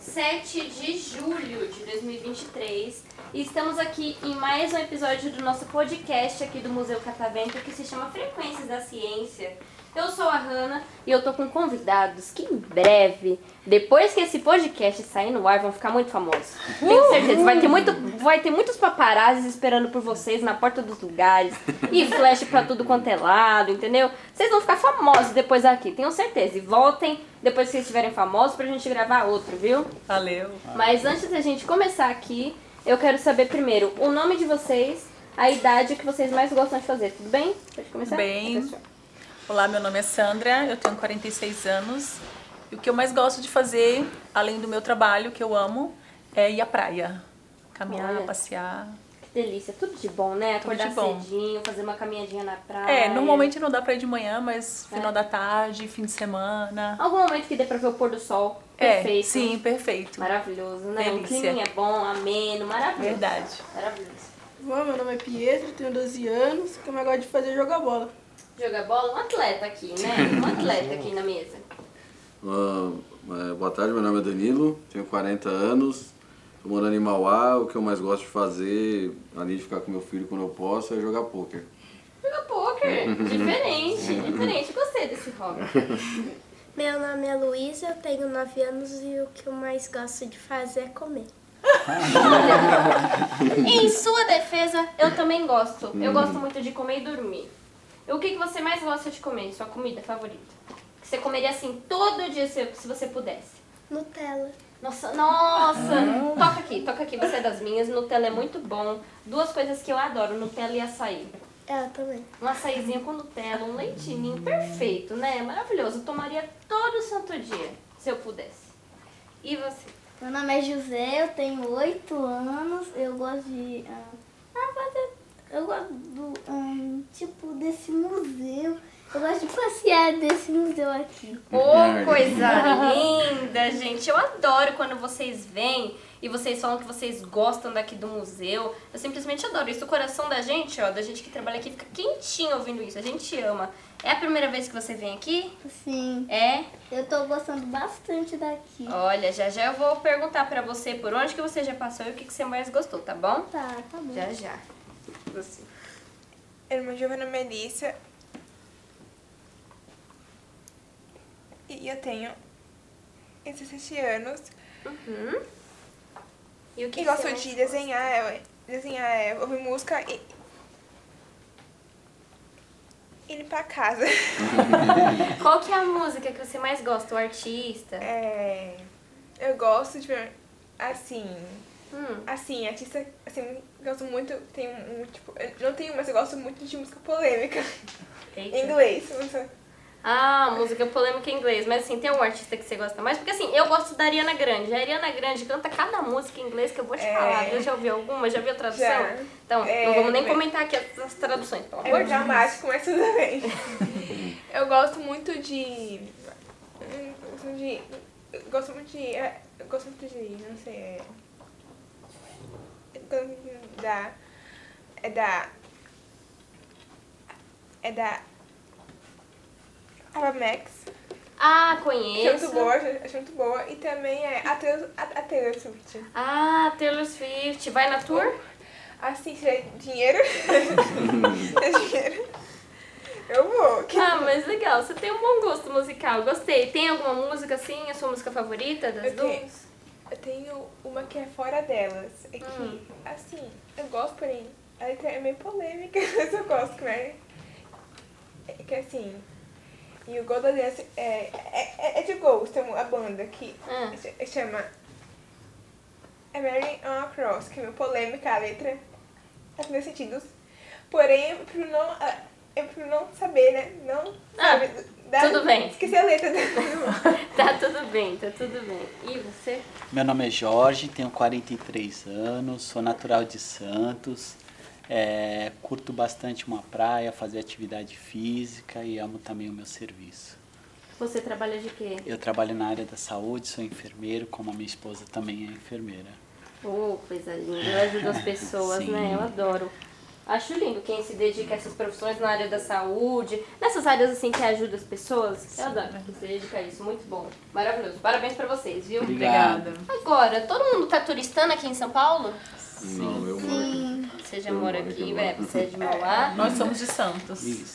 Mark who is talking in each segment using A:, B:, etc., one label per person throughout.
A: 7 de julho de 2023 e estamos aqui em mais um episódio do nosso podcast aqui do Museu Catavento que se chama Frequências da Ciência. Eu sou a Hanna e eu tô com convidados que em breve, depois que esse podcast sair no ar, vão ficar muito famosos. Tenho certeza, vai ter, muito, vai ter muitos paparazzi esperando por vocês na porta dos lugares e flash pra tudo quanto é lado, entendeu? Vocês vão ficar famosos depois aqui, tenho certeza. E voltem depois que vocês estiverem famosos pra gente gravar outro, viu?
B: Valeu.
A: Mas antes da gente começar aqui, eu quero saber primeiro o nome de vocês, a idade que vocês mais gostam de fazer, tudo bem? Pode começar? Tá
B: Tudo bem.
A: professor?
B: Olá, meu nome é Sandra, eu tenho 46 anos. E o que eu mais gosto de fazer, além do meu trabalho, que eu amo, é ir à praia. Caminhar,
A: Olha.
B: passear.
A: Que delícia, tudo de bom, né?
B: Tudo de
A: Acordar
B: bom.
A: cedinho, fazer uma caminhadinha na praia.
B: É, normalmente não dá pra ir de manhã, mas final
A: Ah, É.
B: da tarde, fim de semana.
A: Algum momento que dê pra ver o pôr do sol,
B: É,
A: perfeito.
B: sim, perfeito.
A: Maravilhoso, né?
B: Delícia.
A: O clima é bom, ameno, maravilhoso.
B: Verdade.
A: Maravilhoso.
C: Bom, meu nome é Pietro, tenho 12 anos, o que eu mais gosto de fazer é jogar bola.
A: Jogar bola, um atleta aqui, né? Um atleta aqui na mesa.
D: Ah, é, boa tarde, meu nome é Danilo, tenho 40 anos, tô morando em Mauá. O que eu mais gosto de fazer, além de ficar com meu filho quando eu posso, é jogar pôquer.
A: Joga poker, diferente, diferente. Gostei desse hobby.
E: Meu nome é Luísa, eu tenho 9 anos e o que eu mais gosto de fazer é comer.
A: Em sua defesa, eu também gosto. Eu gosto muito de comer e dormir. O que, que você mais gosta de comer? Sua comida favorita? Que você comeria assim todo dia se, se você pudesse.
E: Nutella.
A: Nossa, nossa! Toca aqui, toca aqui, você é das minhas. Nutella é muito bom. Duas coisas que eu adoro, Nutella e açaí.
E: Ela é, também.
A: Um açaizinho com Nutella, um leitinho, perfeito, né? Maravilhoso. Eu tomaria todo santo dia, se eu pudesse. E você?
F: Meu nome é José, eu tenho 8 anos, eu gosto de. ah, ah, fazer- eu gosto do. ah, tipo, desse museu. Eu gosto de passear desse museu aqui.
A: Ô, coisa linda, gente. Eu adoro quando vocês vêm e vocês falam que vocês gostam daqui do museu. Eu simplesmente adoro isso. O coração da gente, ó, da gente que trabalha aqui, fica quentinho ouvindo isso. A gente ama. É a primeira vez que você vem aqui?
F: Assim,
A: É?
F: eu tô gostando bastante daqui.
A: Olha, já já eu vou perguntar pra você por onde que você já passou e o que, que você mais gostou, tá bom?
F: Tá, tá bom.
A: Já já. Você.
G: Eu me chamo Ana Melissa. E eu tenho 17 anos.
A: E o que,
G: E
A: que
G: gosto
A: você mais
G: de
A: gosta?
G: desenhar, é, desenhar, é, ouvir música e. e limpar a casa.
A: Qual que é a música que você mais gosta? O artista?
G: É, eu gosto de. assim.
A: Hum.
G: Assim, artista. assim, gosto muito. Tem um. um tipo, eu não tenho, mas eu gosto muito de música polêmica.
A: Eita.
G: Em inglês. música-
A: Ah, música polêmica em inglês. Mas assim, tem um artista que você gosta mais? Porque assim, eu gosto da Ariana Grande. A Ariana Grande canta cada música em inglês que eu vou te
G: É.
A: falar. Eu já ouvi alguma, já vi a tradução.
G: Já.
A: Então,
G: É,
A: não vamos nem
G: mas-
A: comentar aqui as as traduções, pelo amor
G: É
A: de Deus.
G: dramático, mas tudo bem. eu gosto muito de. eu Gosto de. eu Gosto muito de. é, eu Gosto muito de. Não sei. É, eu gosto muito da. É da. É da. Ava Max.
A: Ah,
G: Achei muito
A: conheço.
G: boa, achei achei muito boa. E também é a Taylor, a, a Taylor Swift.
A: Ah, Taylor Swift. Vai na tour?
G: Assim, se é dinheiro. se é dinheiro. Eu vou. que-
A: Ah, mas legal. Você tem um bom gosto musical. Gostei. Tem alguma música assim, a sua música favorita das
G: Eu tenho,
A: duas?
G: eu tenho uma que é fora delas. É que,
A: Hum.
G: assim, eu gosto, porém, a letra é meio polêmica, mas eu gosto, né? É que assim. E o Gold Dance é, é, é- é de Ghost, é uma- a banda que
A: Ah.
G: ch- chama A Mary on a Cross, que é meio polêmica a letra, faz meus sentidos. Porém, é pro não, ah, é pro não saber, né? Não
A: Ah,
G: sabe, dá-
A: tudo bem.
G: Esqueci a letra do,
A: Tá tudo bem, tá tudo bem. E você?
H: Meu nome é Jorge, tenho 43 anos, sou natural de Santos, é, curto bastante uma praia, fazer atividade física e amo também o meu serviço.
A: Você trabalha de quê?
H: Eu trabalho na área da saúde, sou enfermeiro, como a minha esposa também é enfermeira.
A: Ô, coisa linda. Eu ajudo as pessoas,
H: Sim.
A: né? Eu adoro. Acho lindo quem se dedica a essas profissões na área da saúde, nessas áreas assim que ajuda as pessoas. Eu adoro quem se dedica a isso. Muito bom. Maravilhoso. Parabéns pra vocês, viu?
H: Obrigado.
A: Agora, todo mundo tá turistando aqui em São Paulo?
D: Não, eu moro aqui.
A: Você já
D: Eu
A: mora
D: moro aqui
A: aqui,
D: agora.
A: é, você é de Mauá.
B: Nós somos de Santos.
H: Isso.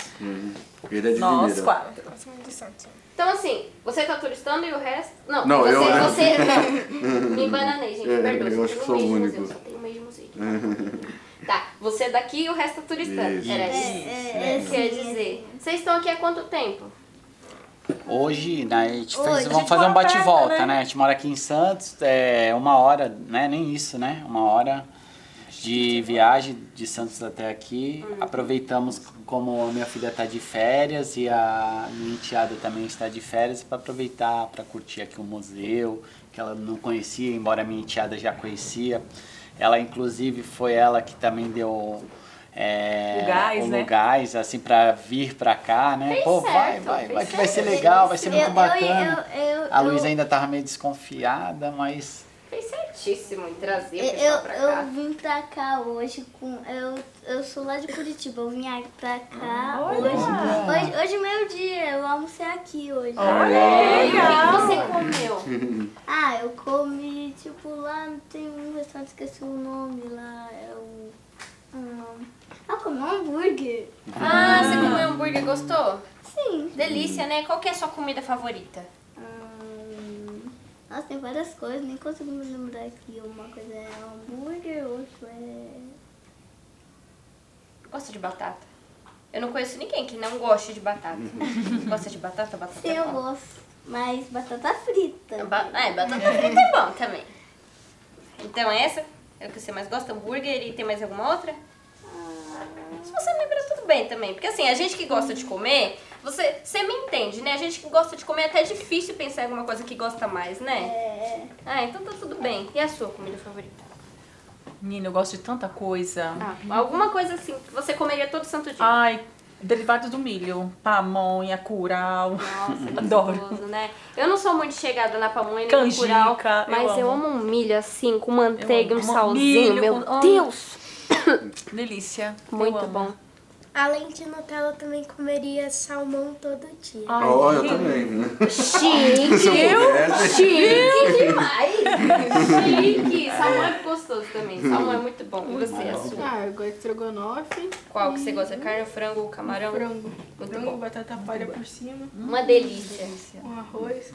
D: Ele é de
B: Nós
D: Limeira.
B: quatro.
G: Gosto muito de Santos.
A: Então, assim, você tá turistando e o resto. Não,
D: Não,
A: você,
D: eu- eu-
A: você não. Me embananei, gente.
D: É,
A: perdoa,
D: eu
A: só
D: acho
A: tem
D: que
A: um
D: sou
A: mês de
D: único.
A: museu, só tem um mês de museu. tá, você é daqui e o resto tá turistando.
D: Isso.
A: Era isso.
F: É, é,
A: que eu ia né? dizer. Vocês estão aqui há quanto tempo?
H: Hoje, né, a gente fez,
F: Hoje.
H: vamos fazer um bate-volta, né? A gente mora aqui em Santos, é uma hora, né? Nem isso, né? Uma hora de viagem de Santos até aqui. Aproveitamos como a minha filha está de férias e a minha enteada também está de férias para aproveitar, para curtir aqui o museu, que ela não conhecia, embora a minha enteada já conhecia. Ela, inclusive, foi ela que também deu... é,
B: O gás, né?
H: gás, assim, para vir para cá, né?
A: Fez
H: Pô, vai,
A: certo,
H: vai,
A: fez
H: vai que vai ser
A: certo.
H: legal, vai ser
F: Eu-
H: muito
F: eu-
H: bacana.
F: eu- eu-
H: A Luísa
F: eu-
H: ainda tava meio desconfiada, mas
A: Fez certíssimo em trazer o
F: Eu,
A: pessoal pra
F: eu,
A: cá.
F: eu vim pra cá hoje com. Eu, eu sou lá de Curitiba, eu vim aqui pra cá hoje. Hoje, hoje é meu dia, eu almocei aqui hoje.
A: O que que você comeu?
F: Ah, eu comi, tipo, lá tem um restaurante, esqueci o nome lá, é o. hum, Ah, eu comi um hambúrguer.
A: Ah, você comeu hambúrguer, gostou?
F: Sim.
A: Delícia, né? Qual que é a sua comida favorita?
F: Hum, nossa, tem várias coisas, nem consigo me lembrar aqui. Uma coisa é hambúrguer, outra é.
A: Gosta de batata? Eu não conheço ninguém que não goste de batata. Gosta de batata? Batata
F: Sim,
A: é
F: eu
A: bom.
F: gosto. Mas batata frita.
A: Ba- ah, é, batata frita é bom também. Então essa é o que você mais gosta, hambúrguer e tem mais alguma outra? Se você lembra, tudo bem também. Porque assim, a gente que gosta de comer, você, você me entende, né? A gente que gosta de comer é até difícil pensar em alguma coisa que gosta mais, né?
F: É.
A: Ah, então tá tudo bem. E a sua comida favorita?
B: Menina, eu gosto de tanta coisa.
A: Ah, alguma coisa assim que você comeria todo santo dia.
B: Ai, derivados do milho. Pamonha, curau.
A: Nossa, que
B: Adoro.
A: gostoso, né? Eu não sou muito chegada na pamonha nem no
B: Canjica,
A: curau,
B: eu
A: mas eu amo.
B: amo.
A: um milho assim, com manteiga,
B: Eu
A: um
B: amo.
A: salzinho,
B: Milho
A: meu
B: com-
A: Deus!
B: Delícia. Eu
A: Muito
B: amo.
A: bom.
E: Além de Nutella, eu também comeria salmão todo dia.
B: Ai,
D: Ah, Ó, eu
B: que-
D: também. né?
A: Chique!
D: Se eu pudesse.
A: Chique demais! Chique! Salmão é gostoso também. Salmão é muito bom. E você, a sua?
C: Ah, eu gosto de estrogonofe,
A: Qual que você gosta? Carne, frango, camarão?
C: frango.
A: Muito
C: frango,
A: bom.
C: batata palha por cima,
A: Uma delícia.
C: um arroz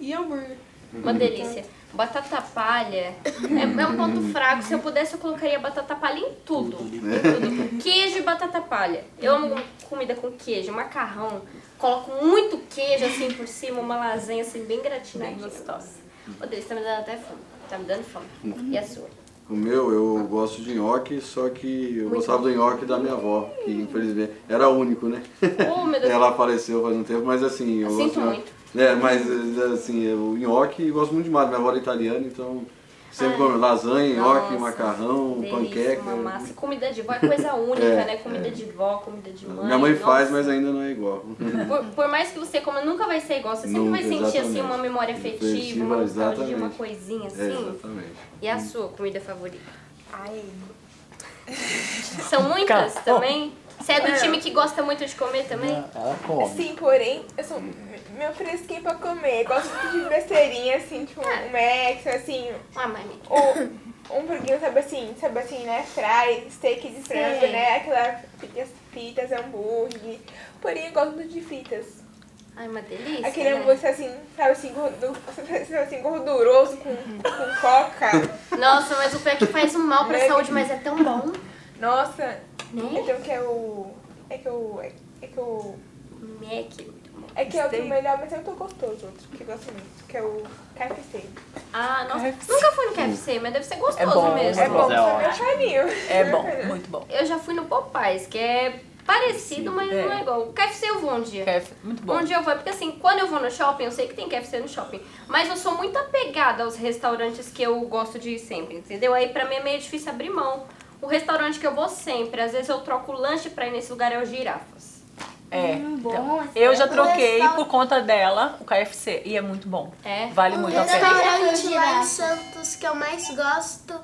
C: e hambúrguer.
A: Uma delícia. Batata palha é, é um ponto fraco. Se eu pudesse, eu colocaria batata palha em tudo. Em tudo. Queijo e batata palha. Eu amo comida com queijo, macarrão. Coloco muito queijo assim por cima, uma lasanha assim bem gratinada.
B: Bem gostosa.
A: Ô Deus, tá me dando até fome. Tá me dando fome. E a sua?
D: O meu, eu gosto de nhoque, só que eu gostava do nhoque da minha avó, que infelizmente era único, né?
A: Oh, meu Deus.
D: Ela faleceu faz um tempo, mas assim,
A: Eu
D: eu gosto
A: sinto
D: de nhoque.
A: muito.
D: É, mas assim, eu- o nhoque eu gosto muito demais, minha avó era italiana, então sempre como lasanha, nhoque,
A: Ah, Nossa,
D: macarrão,
A: delícia,
D: panqueca.
A: Uma massa. Comida de vó é coisa única,
D: É,
A: né? Comida de vó, comida de mãe.
D: Minha mãe faz,
A: nossa.
D: mas ainda não é igual.
A: Por, por mais que você coma, nunca vai ser igual. Você sempre
D: Nunca,
A: vai sentir assim
D: exatamente.
A: uma memória afetiva,
D: Afetiva,
A: uma nostalgia, uma
D: exatamente.
A: coisinha assim.
D: É, exatamente.
A: E a sua comida favorita?
G: Ai,
A: São muitas
B: Cara,
A: também? Você é do time que gosta muito de comer também?
H: né, ela come.
G: Sim, porém, eu sou meio fresquinha pra comer. Gosto muito de besteirinha, assim, tipo um Max, assim,
A: Ah, mas amiga.
G: ou um burguinho, sabe assim, sabe assim, né? Fry, steak de frango, né? Aquelas fitas, fritas, hambúrguer. Porém, eu gosto muito de fritas.
A: Ai, uma delícia.
G: Aquele
A: né?
G: hambúrguer assim, sabe assim, gordu... sabe assim gorduroso com, com coca.
A: Nossa, mas o pé que faz um mal pra
G: Né?
A: saúde, mas é tão bom,
G: Nossa,
A: né?
G: então que é o. É que o. É é que o.
A: Mac.
G: É que é o melhor, mas eu tô gostoso outro, que eu gosto muito, que é o KFC.
A: Ah, nossa. Nunca fui no KFC, mas deve ser gostoso
B: É bom,
A: mesmo.
G: É bom,
H: é
G: só meu
H: ótimo.
G: carinho.
B: É bom, muito bom.
A: Eu já fui no Popeyes, que é parecido, mas
B: É.
A: não é igual. O KFC eu vou um dia.
B: Kef, É muito bom.
A: Um dia eu vou, porque assim, quando eu vou no shopping, eu sei que tem KFC no shopping. Mas eu sou muito apegada aos restaurantes que eu gosto de ir sempre, entendeu? Aí pra mim é meio difícil abrir mão. O restaurante que eu vou sempre, às vezes eu troco o lanche pra ir nesse lugar, é o Girafas.
B: É.
F: Hum, bom,
B: então,
F: esse
B: eu já
F: é um
B: troquei
F: restaurante.
B: por conta dela o KFC. E é muito bom.
A: É?
B: Vale muito
E: O
B: a pena.
E: Um restaurante lá
F: Girafa.
E: em Santos que eu mais gosto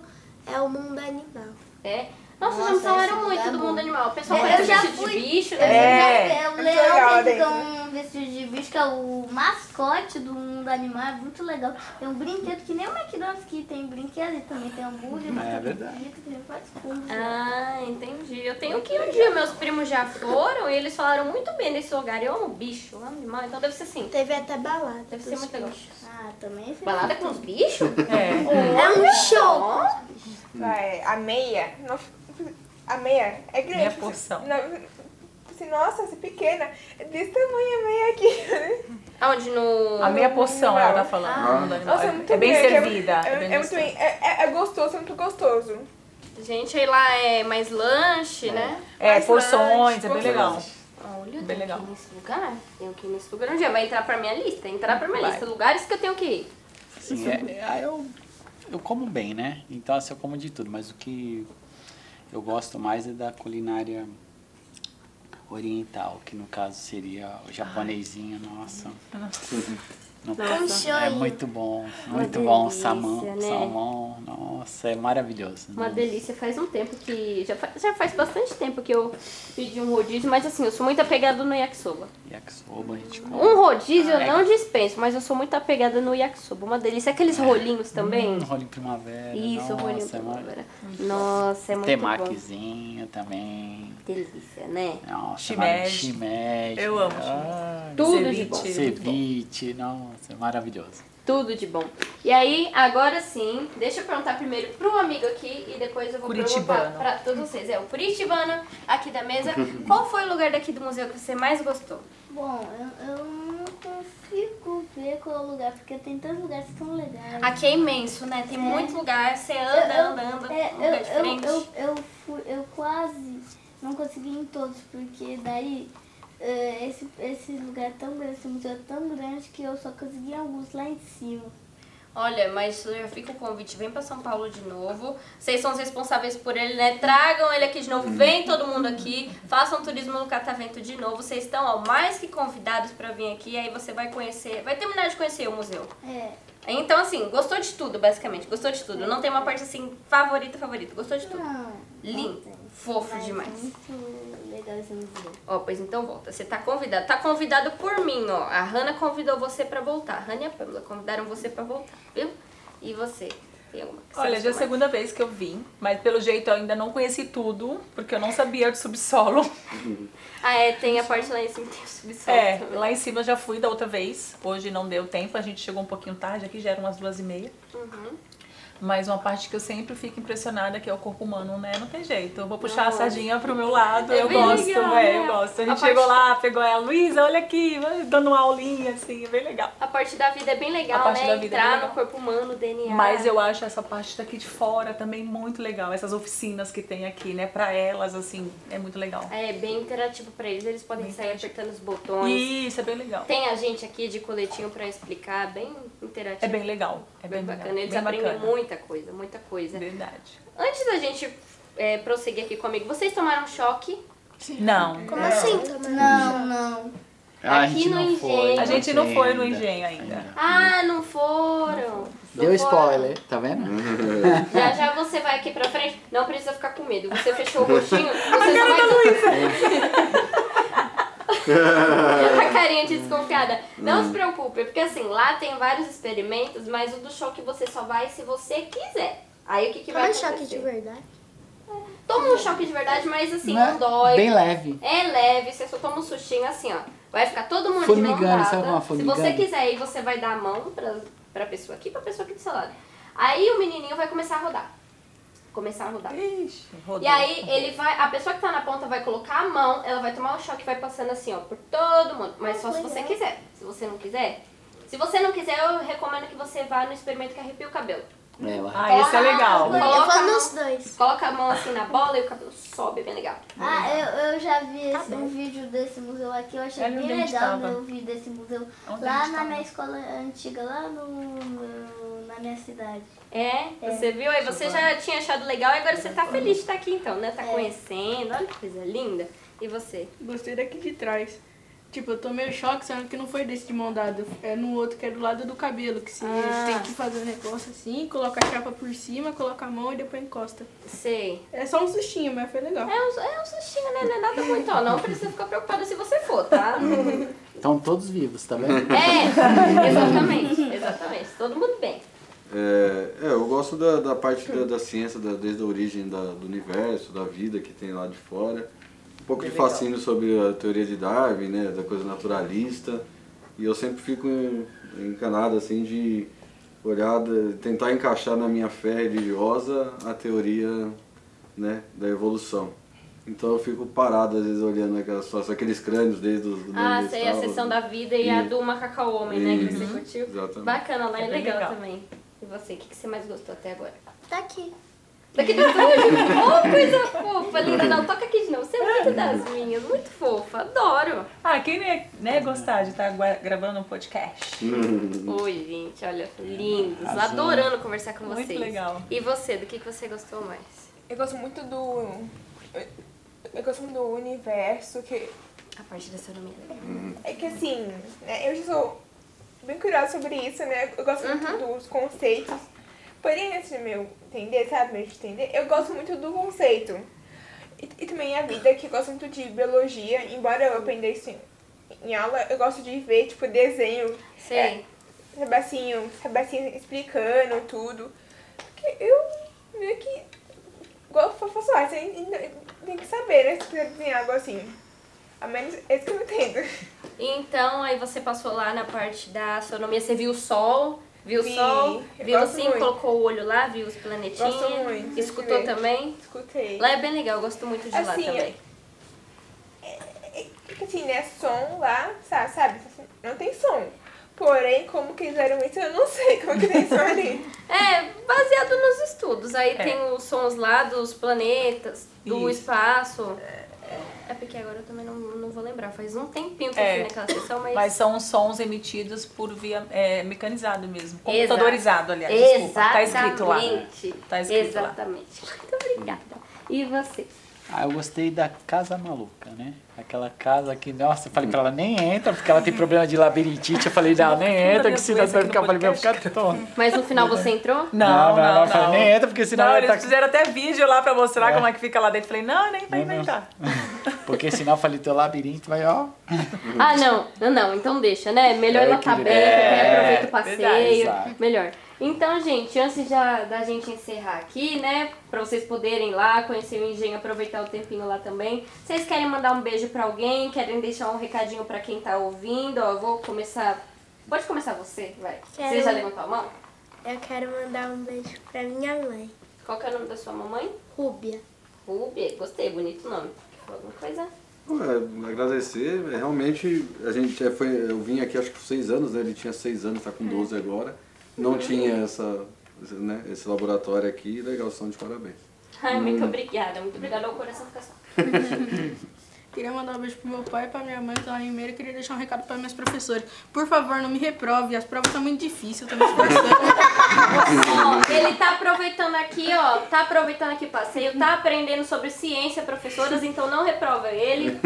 E: é o Mundo Animal.
A: É. Nossa,
F: Nossa,
A: já me falaram
F: esse
A: muito
F: lugar
A: do
F: é bom.
A: mundo animal. O pessoal
F: É,
A: parece
F: eu já
A: vestido de
F: fui.
A: bicho,
F: Eu
A: né?
G: É,
F: já- é, o
G: muito legal lá
F: leão tem
G: dentro.
F: um vestido de bicho, que é o mascote do mundo animal, é muito legal. Tem um brinquedo que nem o McDonald's que tem brinquedo e também tem hambúrguer, mas
H: É
F: tem
H: verdade.
F: brinquedo que tem várias coisas.
A: Ah, entendi. Eu tenho que ir um dia. Meus primos já foram e eles falaram muito bem nesse lugar. Eu amo bicho, eu amo animal. Então deve ser assim.
E: Teve até balada.
A: Deve ser muito legal.
F: Ah, também é
A: Balada com os bichos?
B: É.
E: É um show!
A: Ó,
G: Vai, a meia. Nossa, a meia é grande.
B: Minha porção.
G: Na- assim, nossa, essa é pequena. É Desse tamanho a meia aqui.
A: Aonde no.
B: A meia porção, ela tá falando.
D: Ah.
B: Mundo animal.
G: Nossa, é muito
B: é bem
G: grande.
B: servida.
G: É,
B: É, bem
G: é, é muito,
B: gostosa.
G: é, é- é gostoso, é muito gostoso.
A: Gente, aí lá é mais lanche, né?
B: É,
G: Mais
B: porções,
G: lanche,
B: é bem legal.
A: Olha,
B: Bem
A: tem
B: legal.
A: que ir nesse lugar. Tenho que ir nesse lugar um dia. Vai entrar pra minha lista. Entrar pra minha
B: Vai.
A: lista. Lugares que eu tenho que ir.
H: Sim, é, é, ah, eu, eu como bem, né? Então, assim, eu como de tudo, mas o que eu gosto mais é da culinária oriental, que no caso seria o japonesinho, nossa. Não
E: Um
H: passa.
E: show!
H: É muito bom, muito
A: Uma
H: bom.
A: delícia,
H: Salmão,
A: né?
H: salmão, nossa, é maravilhoso.
A: Uma
H: nossa.
A: delícia, faz um tempo que. Já faz, já faz bastante tempo que eu pedi um rodízio, mas assim, eu sou muito apegada no yakisoba.
H: Yakisoba, a gente come.
A: Um rodízio
H: Ah,
A: eu
H: é.
A: não dispenso, mas eu sou muito apegada no yakisoba. Uma delícia. Aqueles rolinhos também.
H: Um rolinho primavera.
A: Isso, um
H: nossa,
A: rolinho.
H: é uma-
A: primavera. Nossa, é muito bom.
H: Temakizinho também.
A: Delícia, né?
H: Nossa,
B: Shimeji.
H: mara- shimeji.
B: Eu amo
H: Ah,
A: Tudo de bom.
B: Ceviche. muito bom.
H: Ceviche, nossa, é maravilhoso.
A: Tudo de bom. E aí, agora sim, deixa eu perguntar primeiro pro amigo aqui e depois eu vou perguntar
B: Curitibano.
A: pra todos vocês. É o Curitibano aqui da mesa. Qual foi o lugar daqui do museu que você mais gostou?
F: Bom, eu, eu não consigo ver qual é lugar, porque tem tantos lugares que são legais.
A: Aqui é imenso, né? Tem
F: É.
A: muito lugar, você
F: Eu-
A: anda,
F: eu-
A: andando,
F: é,
A: um lugar
F: eu, eu,
A: diferente.
F: eu, eu, fui, eu quase não consegui ir em todos, porque daí eh, esse, esse lugar é tão grande, esse museu é tão grande que eu só consegui em alguns lá em cima.
A: Olha, mas já fica o convite, vem pra São Paulo de novo. Vocês são os responsáveis por ele, né? Tragam ele aqui de novo, vem todo mundo aqui, façam turismo no Catavento de novo. Vocês estão, ó, mais que convidados pra vir aqui, aí você vai conhecer, vai terminar de conhecer o museu.
F: É,
A: Então, assim, gostou de tudo, basicamente. Gostou de tudo. Não tem uma parte assim, favorita, favorita. Gostou de tudo.
F: não,
A: Lindo, fofo
F: mas é
A: demais.
F: muito legal esse museu.
A: Ó, pois então volta. Você tá convidado. Tá convidado por mim, ó. A Hanna convidou você pra voltar. A Hanna e a Pamela convidaram você pra voltar, viu? E você? Tem alguma que você
B: Olha, já é a
A: gostou mais?
B: segunda vez que eu vim, mas pelo jeito eu ainda não conheci tudo, porque eu não sabia de subsolo.
A: Ah, é, tem a parte lá em cima, tem o subsolo.
B: É,
A: também.
B: lá em cima eu já fui da outra vez, hoje não deu tempo, a gente chegou um pouquinho tarde, aqui já eram umas duas e meia.
A: Uhum.
B: Mas uma parte que eu sempre fico impressionada que é o corpo humano, né? Não tem jeito. Eu vou puxar a sardinha pro meu lado,
A: É
B: eu
A: bem
B: gosto,
A: legal,
B: é,
A: né?
B: eu gosto. A
A: A parte-
B: gente chegou lá, pegou ela, Luísa, olha aqui, dando uma aulinha, assim, é bem legal.
A: A parte da vida é bem legal,
B: A parte
A: né?
B: da vida é
A: Entrar
B: bem legal.
A: no corpo humano, DNA.
B: Mas eu acho essa parte daqui de fora também muito legal. Essas oficinas que tem aqui, né? Pra elas, assim, é muito legal.
A: É bem interativo pra eles, eles podem sair apertando os botões.
B: Isso, é bem legal.
A: Tem a gente aqui de coletinho pra explicar, bem interativo.
B: É bem legal. É bem,
A: Bem
B: legal,
A: bacana, eles
B: bem
A: aprendem né?
B: bacana.
A: muita coisa, muita coisa.
B: Verdade.
A: Antes da gente é, prosseguir aqui comigo, vocês tomaram um choque?
B: Não.
E: Como assim, Tamara?
F: Não, não.
H: Ah,
A: Aqui no Engenho.
B: A gente não foi no engenho ainda.
A: Ah, não foram!
H: Deu
A: Não foram.
H: spoiler, tá vendo?
A: Já já você vai aqui pra frente, não precisa ficar com medo. Você fechou o rostinho, você só vai. a carinha de desconfiada.
H: Hum.
A: Não se preocupe, porque assim, lá tem vários experimentos, mas o do choque você só vai se você quiser. Aí o que, que vai
E: Toma
A: acontecer?
E: choque de verdade.
A: Toma um choque de verdade, mas assim,
H: Não é?
A: não dói.
H: Bem leve.
A: É leve, você só toma um sustinho assim, ó. Vai ficar todo mundo
H: Formigando,
A: de mão dada.
H: sabe como é formigando?
A: Se você quiser aí, você vai dar a mão pra, pra pessoa aqui, pra pessoa aqui do seu lado. Aí o menininho vai começar a rodar. Começar a rodar.
B: Ixi, rodou.
A: E aí ele vai, a pessoa que tá na ponta vai colocar a mão, ela vai tomar o choque e vai passando assim, ó, por todo mundo. Mas só se você quiser. Se você não quiser, se você não quiser, eu recomendo que você vá no experimento que arrepia o cabelo.
H: É, lá.
B: Ah, esse é legal.
A: Coloca
E: Eu
A: a
E: vou
A: mão-
E: nos dois.
A: Coloca a mão assim na bola e o cabelo sobe, é bem legal.
F: Ah, eu, eu já vi esse, um vídeo desse museu aqui, eu achei
B: Tá Olha onde a
F: bem
B: gente
F: legal
B: tava.
F: né, eu vi desse museu
B: Onde a
F: lá
B: gente
F: na
B: tava.
F: minha escola antiga, lá no, no- na minha cidade.
A: É, você viu? Aí você já tinha achado legal e agora você tá feliz de estar aqui então, né? Tá conhecendo, olha Tá que coisa linda. E você?
C: Gostei daqui de trás. Tipo, eu tomei o choque, sendo que não foi desse de mão dada. É no outro que é do lado do cabelo, que você
A: Ah.
C: tem que fazer um negócio assim, coloca a chapa por cima, coloca a mão e depois encosta.
A: Sei.
C: É só um sustinho, mas foi legal.
A: É um, é um sustinho, né? Não é nada muito, ó. Não precisa ficar preocupada se você for, tá?
H: Estão todos vivos, tá vendo?
A: É, exatamente, exatamente. Todo mundo bem.
D: É, é, eu gosto da, da parte da, da ciência, da- desde a origem da- do universo, da vida que tem lá de fora. Um
A: É
D: pouco de fascínio sobre a teoria de Darwin, né, da coisa naturalista. E eu sempre fico en- encanado assim de olhar, da- tentar encaixar na minha fé religiosa a teoria né, da evolução. Então eu fico parado às vezes olhando aquelas, situações, aqueles crânios desde os do
A: Ah, sei, a
D: Neandertal.
A: sessão da vida e a
D: tá Isso.
A: do macacau homem, né? Que você
D: Isso,
A: curtiu.
D: exatamente.
A: Bacana, lá é,
B: É bem
A: legal,
B: legal.
A: também. E você, o que, que você mais gostou até agora?
E: Tá aqui.
A: Daqui tá de novo, oh, coisa fofa, linda. Não, toca aqui de novo. Você é muito das minhas, muito fofa, adoro.
B: Ah, quem não ia né, gostar de estar gua- gravando um podcast?
A: Oi, gente, olha, lindos.
H: Arrasou.
A: Adorando conversar com
B: Muito
A: vocês.
B: legal.
A: E você, do que, que você gostou mais?
G: Eu gosto muito do. eu- Eu gosto muito do universo, que.
A: A parte da astronomia.
G: É que assim, né, eu já sou bem curiosa sobre isso, né? Eu gosto muito dos conceitos. Porém, assim, meu entender, sabe? Meu entender, eu gosto muito do conceito. E, e também a vida, que eu gosto muito de biologia, embora eu aprenda isso em, em aula, eu gosto de ver, tipo, desenho,
A: Sei.
G: É. Sebastião, Sebastião explicando tudo. Porque eu meio que. Igual eu faço arte, né, ainda- tem que saber, né? Se quiser desenhar algo assim. A menos é isso que eu entendo.
A: Então, aí você passou lá na parte da astronomia, você viu o sol, viu o
G: Vi.
A: sol,
G: Eu
A: viu
G: gosto
A: assim,
G: muito.
A: colocou o olho lá, viu os planetinhos,
G: Gosto muito,
A: escutou
G: sim.
A: também.
G: Escutei.
A: Lá é bem legal, eu gosto muito de lá
G: Assim,
A: também.
G: Porque assim, né? Som lá, sa- sabe? Assim, Não tem som. Porém, como que fizeram isso, eu não sei como que tem som ali.
A: É, baseado nos estudos. Aí
B: É.
A: tem os sons lá dos planetas, do
B: Isso.
A: espaço. É porque agora eu também não, não vou lembrar, faz um tempinho que
B: É.
A: eu fui naquela sessão, mas...
B: Mas são sons emitidos por via é, mecanizado mesmo.
A: Exato.
B: Computadorizado, aliás. Desculpa. Tá escrito lá.
A: Exatamente.
B: Tá escrito lá.
A: Exatamente. Muito obrigada. E você?
H: Ah, eu gostei da casa maluca, né? Aquela casa que, nossa, eu falei pra ela, nem entra, porque ela tem problema de labirintite. Eu falei, não, nem entra, que senão você vai ficar, eu falei, vai ficar tonto.
A: Mas no final você entrou?
B: Não, não, não.
H: Eu falei, nem entra, porque senão
B: Não,
H: ela
B: eles
H: tá...
B: fizeram até vídeo lá pra mostrar
H: É.
B: como é que fica lá dentro. Falei, não, nem vai
H: Não, não.
B: inventar.
H: Porque senão eu falei, teu labirinto vai, ó...
B: Hum.
A: Ah, não. não, não, então deixa, né? Melhor
H: É,
A: ela
H: que
A: tá bem,
H: direto. É,
A: aproveita o
B: verdade,
A: passeio.
H: exato.
A: melhor. Então, gente, antes de a- da gente encerrar aqui, né? Pra vocês poderem ir lá, conhecer o engenho, aproveitar o tempinho lá também. Vocês querem mandar um beijo pra alguém? Querem deixar um recadinho pra quem tá ouvindo? Ó, eu vou começar. Pode começar você, vai. Você
E: Quero.
A: já levantou a mão?
E: Eu quero mandar um beijo pra minha mãe,
A: Qual que é o nome da sua mamãe?
E: Rúbia.
A: Rubi, gostei, bonito nome. Falou alguma coisa?
D: Pô, é, agradecer, é, realmente a gente é, foi, eu vim aqui acho que com seis anos, né? Ele tinha seis anos, está com 12 agora. Não tinha essa, esse, né, esse laboratório aqui, legal, são de parabéns.
A: Ai, muito obrigada, muito obrigada ao coração fica só.
C: Queria mandar um beijo pro meu pai, pra minha mãe, que lá em Ribeira. Queria deixar um recado pra minhas professoras. Por favor, não me reprove. As provas são muito difíceis, eu tô me esforçando.
A: Ó, ele tá aproveitando aqui, ó, tá aproveitando aqui o passeio, tá aprendendo sobre ciência, professoras, então não reprova ele.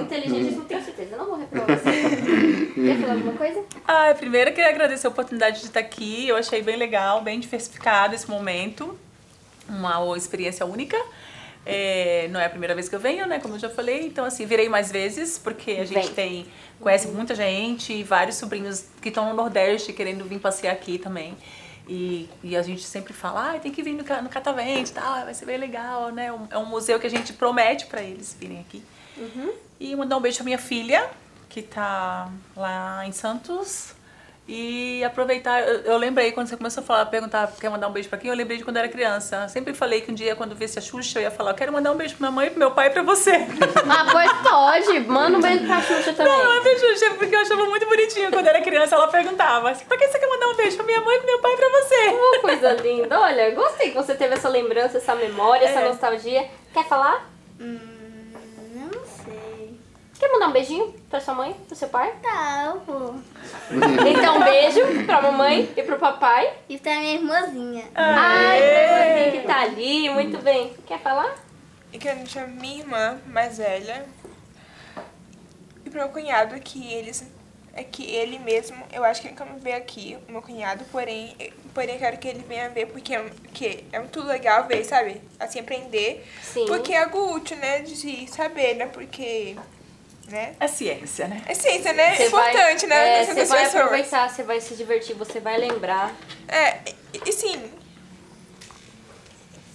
A: Inteligente, não tenho certeza, eu não vou reprovar você. Quer falar alguma coisa?
B: Ah, primeiro eu queria agradecer a oportunidade de estar aqui. Eu achei bem legal, bem diversificado esse momento. Uma experiência única. É, não é a primeira vez que eu venho, né? Como eu já falei. Então, assim, virei mais vezes, porque a gente
A: Vem.
B: tem. Conhece muita gente e vários sobrinhos que estão no Nordeste querendo vir passear aqui também. E, e a gente sempre fala, ah, tem que vir no, Ca- no Catavento e tal, vai ser bem legal, né? Um- É um museu que a gente promete para eles virem aqui. E mandar um beijo pra minha filha, que tá lá em Santos. E aproveitar, eu, eu lembrei quando você começou a falar, perguntar, quer mandar um beijo pra quem? Eu lembrei de quando eu era criança. Sempre falei que um dia, quando eu visse a Xuxa, eu ia falar, eu quero mandar um beijo pra minha mãe, pro meu pai e pra você.
A: Ah, pois pode, manda um beijo pra Xuxa
B: Não, é pra Xuxa, porque eu achava muito bonitinho. Quando eu era criança, ela perguntava, pra que você quer mandar um beijo pra minha mãe e pro meu pai e pra você?
A: Uma coisa linda, olha, gostei que você teve essa lembrança, essa memória, essa
B: É.
A: nostalgia. Quer falar?
F: Hum, não sei.
A: Quer mandar um beijinho pra sua mãe, pro seu pai?
F: Tá, eu vou.
A: Então, um beijo pra mamãe e pro papai.
F: E pra minha irmãzinha.
A: Ai, pra você que tá ali, muito bem. Quer falar?
G: e querendo deixar minha irmã mais velha e pro meu cunhado que eles é que ele mesmo, eu acho que ele nunca me vê aqui, o meu cunhado, porém, eh, porém eu quero que ele venha ver porque é, um- que é muito legal ver, sabe? Assim, aprender.
A: Sim.
G: Porque é algo útil, né? De se saber, né? Porque, né?
B: É ciência, né?
G: É ciência, né? É
A: Você vai-
G: importante, né?
A: é,
G: Ser
A: Você vai
G: professor.
A: aproveitar, você vai se divertir, você vai lembrar.
G: É, e- e sim.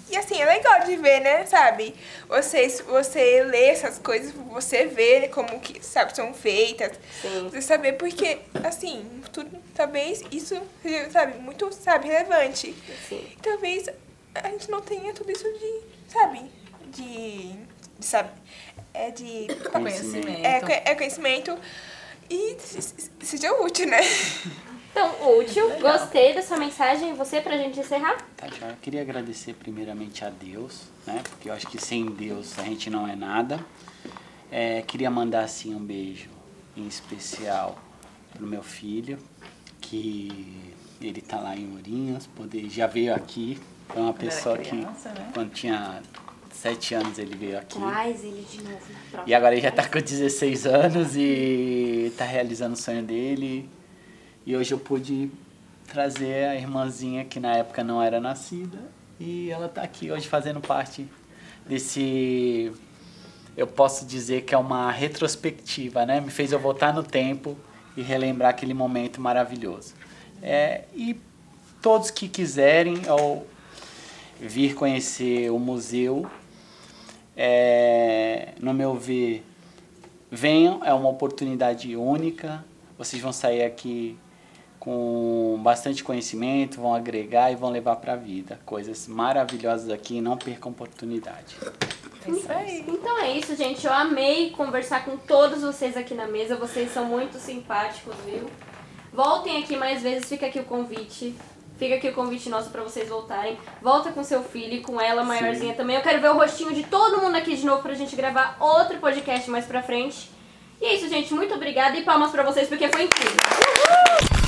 G: E assim, é legal de ver, né, sabe? Você, você lê essas coisas, você vê como que, sabe, são feitas.
A: Sim.
G: Você saber porque, assim, tudo, talvez isso seja, sabe, muito, sabe, relevante.
A: Sim.
G: Talvez a gente não tenha tudo isso de, sabe, de, de sabe, é de...
B: Conhecimento.
G: É, co- é conhecimento e se- se- seja útil, né?
A: Então, útil. Gostei da sua mensagem. Você, pra gente encerrar?
H: Tati, Tá, eu queria agradecer primeiramente a Deus, né? Porque eu acho que sem Deus a gente não é nada. É, queria mandar assim um beijo em especial pro meu filho, que ele tá lá em Ourinhos, poder já veio aqui. É uma
B: era
H: pessoa que
B: criança, né?
H: quando tinha sete anos ele veio aqui.
A: Traz ele de novo na próxima.
H: E agora ele já tá com 16 anos e tá realizando o sonho dele. E hoje eu pude trazer a irmãzinha que na época não era nascida. E ela tá aqui hoje fazendo parte desse. Eu posso dizer que é uma retrospectiva, né? Me fez eu voltar no tempo e relembrar aquele momento maravilhoso. É, e todos que quiserem ou vir conhecer o museu, é, no meu ver, venham, é uma oportunidade única. Vocês vão sair aqui com bastante conhecimento, vão agregar e vão levar para a vida coisas maravilhosas aqui. Não percam a oportunidade.
B: É isso aí.
A: Então é isso, gente. Eu amei conversar com todos vocês aqui na mesa. Vocês são muito simpáticos, viu? Voltem aqui mais vezes, fica aqui o convite. Fica aqui o convite nosso pra vocês voltarem. Volta com seu filho e com ela maiorzinha também. Eu quero ver o rostinho de todo mundo aqui de novo pra gente gravar outro podcast mais pra frente. E é isso, gente. Muito obrigada e palmas pra vocês porque foi incrível.